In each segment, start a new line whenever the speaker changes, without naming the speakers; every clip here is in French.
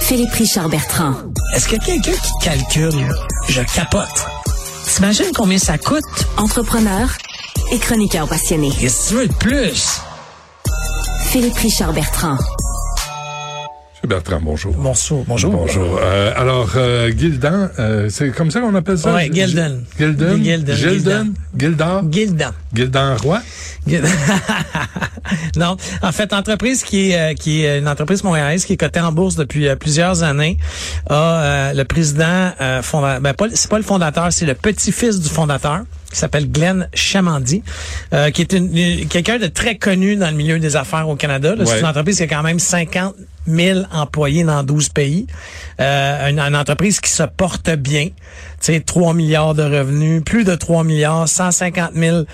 Philippe Richard Bertrand.
Est-ce que quelqu'un qui calcule? Je capote. T'imagines combien ça coûte?
Entrepreneur et chroniqueur passionné.
Qu'est-ce que tu veux de plus?
Philippe Richard Bertrand.
Monsieur Bertrand, bonjour.
Bonjour. Bonjour.
Bonjour. Euh, alors, euh, Gildan, euh, c'est comme ça qu'on appelle ça?
Ouais, Gildan.
Gildan.
Gildan,
Gildan. Gildan.
Gildan.
Gildan Roy.
non, en fait, entreprise qui est euh, qui est une entreprise montréalaise qui est cotée en bourse depuis euh, plusieurs années. A euh, le président euh, fondateur, ben pas le- c'est pas le fondateur, c'est le petit-fils du fondateur qui s'appelle Glenn Chamandy, euh, qui est une, une- quelqu'un de très connu dans le milieu des affaires au Canada. là.
Ouais.
C'est une entreprise qui a quand même 50 000 employés dans 12 pays. Euh, une, une entreprise qui se porte bien. Tu sais, 3 milliards de revenus, plus de 3 milliards, 150 000,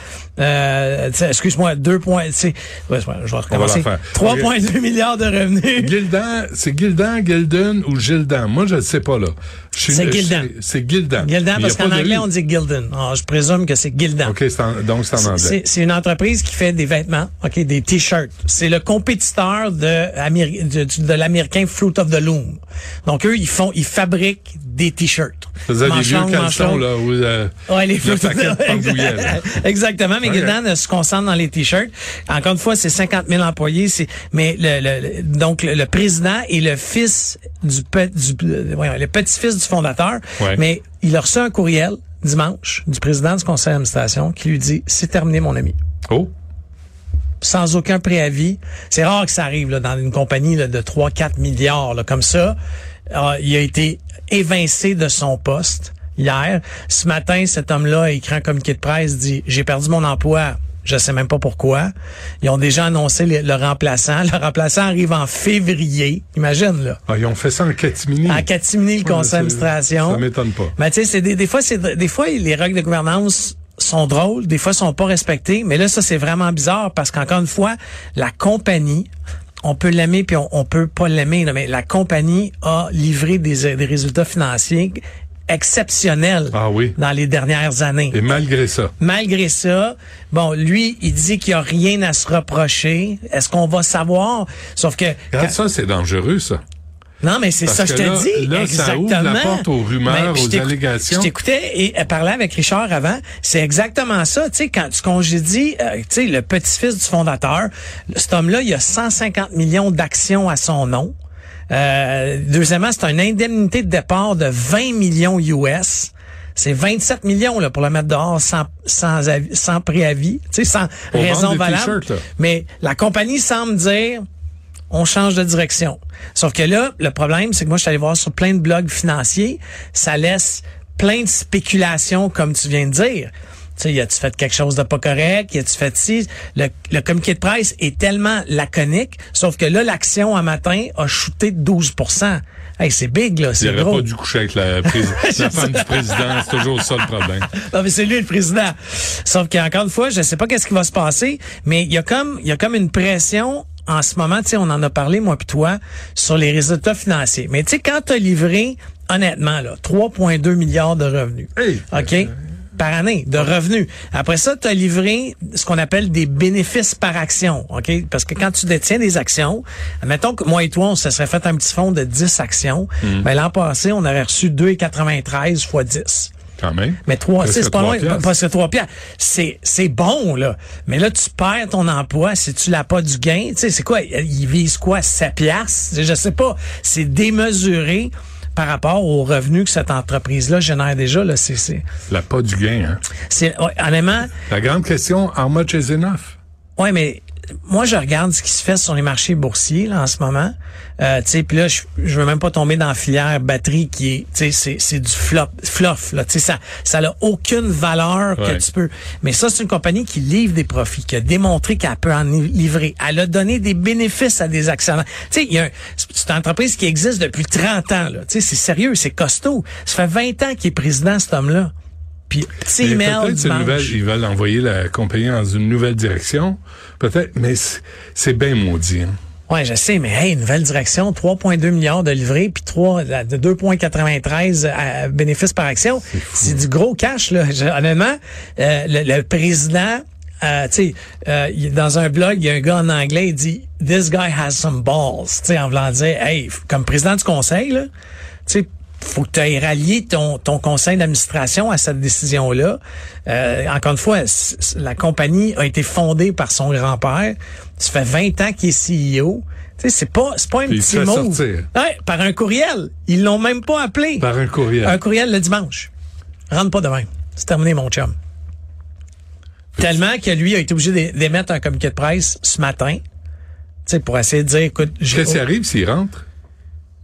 euh, tu sais, excuse-moi, 2 points, tu sais, ouais, je vais recommencer.
faire.
3,2 milliards de revenus.
Gildan, c'est Gildan, Gildan ou Gildan? Moi, je ne sais pas, là. Je suis-
C'est
je-
Gildan.
C'est Gildan.
Gildan,
Il y a
parce
pas
qu'en
de
anglais,
U.
on dit Gildan. Alors, je présume que c'est Gildan.
OK, c'est en- donc c'est en anglais.
C'est c'est une entreprise qui fait des vêtements, ok, des t-shirts. C'est le compétiteur de, Améri- de, du- de l'américain Fruit of the Loom. Donc eux, ils font, ils fabriquent des t-shirts.
Ça faisait des
Manches
vieux
longues, manches
caleçons,
longues.
là, où euh,
Ouais, les
le
Fruit of
paquet de
the
Pambouillet, là.
Exactement, mais
Ok.
Gildan euh, se concentre dans les t-shirts. Encore une fois, c'est 50 000 employés. C'est mais le, le- le- donc le, le président est le fils du, pe- du euh, voyons, le petit-fils du fondateur.
Ouais.
Mais il a reçu un courriel dimanche du président du conseil d'administration qui lui dit c'est terminé mon ami
Oh,
sans aucun préavis. C'est rare que ça arrive là, dans une compagnie là, de 3-4 milliards là, comme ça. Ah, il a été évincé de son poste hier. Ce matin, cet homme-là a écrit un communiqué de presse, dit « J'ai perdu mon emploi. Je sais même pas pourquoi. » Ils ont déjà annoncé le, le remplaçant. Le remplaçant arrive en février. Imagine, là.
Ah, ils ont fait ça en catimini.
En catimini, le
Ouais,
conseil
c'est-
d'administration.
ça m'étonne pas.
Mais tu sais, c'est des, des fois, c'est des fois les règles de gouvernance sont drôles, des fois sont pas respectées, mais là ça c'est vraiment bizarre parce qu'encore une fois, la compagnie on peut l'aimer puis on, on peut pas l'aimer, là, mais la compagnie a livré des, euh, des résultats financiers exceptionnels
Ah oui.
dans les dernières années.
Et malgré ça.
Malgré ça, bon, lui, il dit qu'il y a rien à se reprocher. Est-ce qu'on va savoir? Sauf que
Regarde ça, c'est dangereux, ça.
non, mais c'est
Parce
ça que je
que
te
là-
dis.
là, ça
exactement.
ouvre la porte aux rumeurs,
Mais je
aux
t'écou-
allégations.
Je t'écoutais et euh, parlais avec Richard avant. C'est exactement ça. Tu sais, quand tu congédies, euh, tu sais, le petit-fils du fondateur, cet homme-là, il a 150 millions d'actions à son nom. Euh, deuxièmement, c'est une indemnité de départ de 20 millions US. C'est 27 millions là, pour le mettre dehors sans, sans, avis- sans préavis, tu sais, sans
Pour
raison
vendre des
valable.
t-shirts, là.
Mais la compagnie semble dire on change de direction. Sauf que là, le problème, c'est que moi, je suis allé voir sur plein de blogs financiers, ça laisse plein de spéculations, comme tu viens de dire. Tu sais, y a-tu fait quelque chose de pas correct? Y a-tu fait ci? Le, le communiqué de presse est tellement laconique, sauf que là, l'action à matin a shooté de 12 Hey, c'est big, là,
Il
c'est
n'aurait
gros.
pas dû coucher avec la, prés- la femme du président. C'est toujours ça le problème.
Non, mais c'est lui le président. Sauf qu'encore une fois, je ne sais pas qu'est-ce qui va se passer, mais il y a comme il y a comme une pression en ce moment, tu sais, on en a parlé moi puis toi sur les résultats financiers. Mais tu sais quand tu as livré honnêtement là 3.2 milliards de revenus.
Hey!
OK par année de revenus. Après ça, tu as livré ce qu'on appelle des bénéfices par action, OK Parce que quand tu détiens des actions, mettons que moi et toi on se serait fait un petit fonds de 10 actions, ben l'an passé, on aurait reçu 2,93 fois 10.
Quand même.
Mais trois,
Presque
c'est pas
trois
loin,
piastres.
parce que trois piastres. C'est, c'est bon, là. Mais là, tu perds ton emploi si tu l'as pas du gain. Tu sais, c'est quoi? Ils visent quoi? 7 piastres? Je sais pas. C'est démesuré par rapport aux revenus que cette entreprise-là génère déjà, là. C'est, c'est,
La pas du gain, hein.
c'est, ouais, honnêtement,
La grande question, how much is enough?
Ouais, mais moi je regarde ce qui se fait sur les marchés boursiers là, en ce moment. Euh, tu sais, puis là je, je veux même pas tomber dans la filière batterie qui est, tu sais, c'est c'est du flop, fluff là. Tu sais, ça ça a aucune valeur
Ouais.
que tu peux. Mais ça c'est une compagnie qui livre des profits, qui a démontré qu'elle peut en livrer. Elle a donné des bénéfices à des actionnaires. Tu sais, il y a un- c'est une entreprise qui existe depuis 30 ans là. Tu sais, c'est sérieux, c'est costaud. Ça fait 20 ans qu'il est président cet homme-là. Puis petit
Et
email
peut-être c'est une
dimanche.
nouvelle, ils veulent envoyer la compagnie dans une nouvelle direction. Peut-être, mais c'est- c'est bien maudit. hein.
Ouais, je sais, mais hey, nouvelle direction, 3,2 milliards de livrés, puis 3, la- de 2,93 à euh, bénéfices par action. C'est du gros cash, là. Je- honnêtement, euh, le, le président, euh, tu sais, euh, il- dans un blog, il y a un gars en anglais, il dit, this guy has some balls, tu sais, en voulant dire, hey, f- comme président du conseil, là, tu sais, faut que tu ailles rallier ton, ton conseil d'administration à cette décision-là. Euh, encore une fois, c- c- la compagnie a été fondée par son grand-père. Ça fait 20 ans qu'il est CEO. Tu sais, c'est pas, c'est pas un
Puis il
petit
se fait
mot.
sortir.
Ouais, par un courriel. Ils l'ont même pas appelé.
Par un courriel.
Un courriel le dimanche. Rentre pas demain. C'est terminé, mon chum. Tellement que lui a été obligé d'é- d'émettre un communiqué de presse ce matin. Tu sais, pour essayer de dire, écoute, je
Qu'est-ce qui arrive s'il rentre?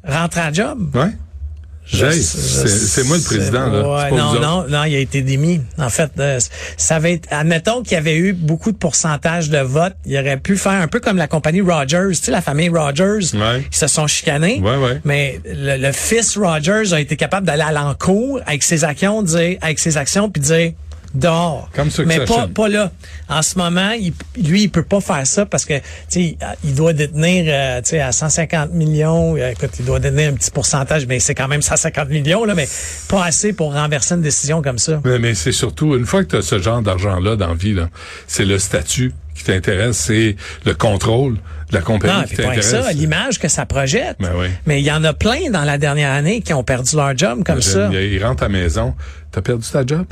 rentre à job.
Ouais. J'aille.
Je-
C'est
je-
c'est moi le président, là.
Ouais,
C'est pas vous
non,
autres.
non, non, il a été démis. En fait, euh, ça va être, admettons qu'il y avait eu beaucoup de pourcentage de votes, il aurait pu faire un peu comme la compagnie Rogers, tu sais, la famille Rogers,
Ouais.
ils se sont chicanés.
Ouais, ouais.
Mais le, le fils Rogers a été capable d'aller à l'encours avec ses actions, dire, avec ses actions, puis dire dehors.
Comme Succession.
Mais pas, pas là. En ce moment, il- lui, il peut pas faire ça parce que, tu sais, il doit détenir, euh, tu sais, à 150 millions. euh, Écoute, il doit détenir un petit pourcentage, mais c'est quand même 150 millions, là, mais pas assez pour renverser une décision comme ça.
Mais, mais c'est surtout, une fois que tu as ce genre d'argent-là dans la vie, là, c'est le statut qui t'intéresse, c'est le contrôle de la compagnie
Non,
qui
puis pas avec
t'intéresse.
ça, l'image que ça projette.
Ben oui.
Mais il y en a plein dans la dernière année qui ont perdu leur job comme ça.
Il, il rentre à la maison. T'as perdu ta job?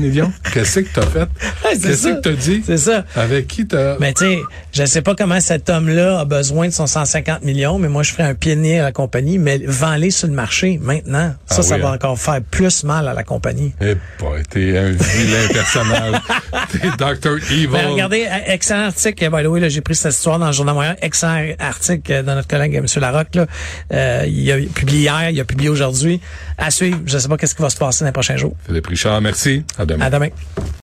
millions? Qu'est-ce que t'as fait?
c'est
Qu'est-ce
ça.
que t'as dit?
C'est ça.
Avec qui t'as...
Mais tu sais, je sais pas comment cet homme-là a besoin de son 150 millions, mais moi je ferais un pionnier à la compagnie, mais vends-les sur le marché maintenant. Ça,
Ah
ça
oui,
va
hein?
encore faire plus mal à la compagnie.
Eh boy, t'es un vilain personnage. t'es Dr. Evil.
Ben, regardez, euh, excellent article. euh, By the way, là, j'ai pris cette histoire dans le Journal de Montréal. Excellent article euh, de notre collègue euh, M. Larocque. Là. Euh, il a publié hier, il a publié aujourd'hui. À suivre. Je sais pas qu'est-ce qui va se passer dans les prochains jours.
Philippe Richard, merci. À demain.
À demain.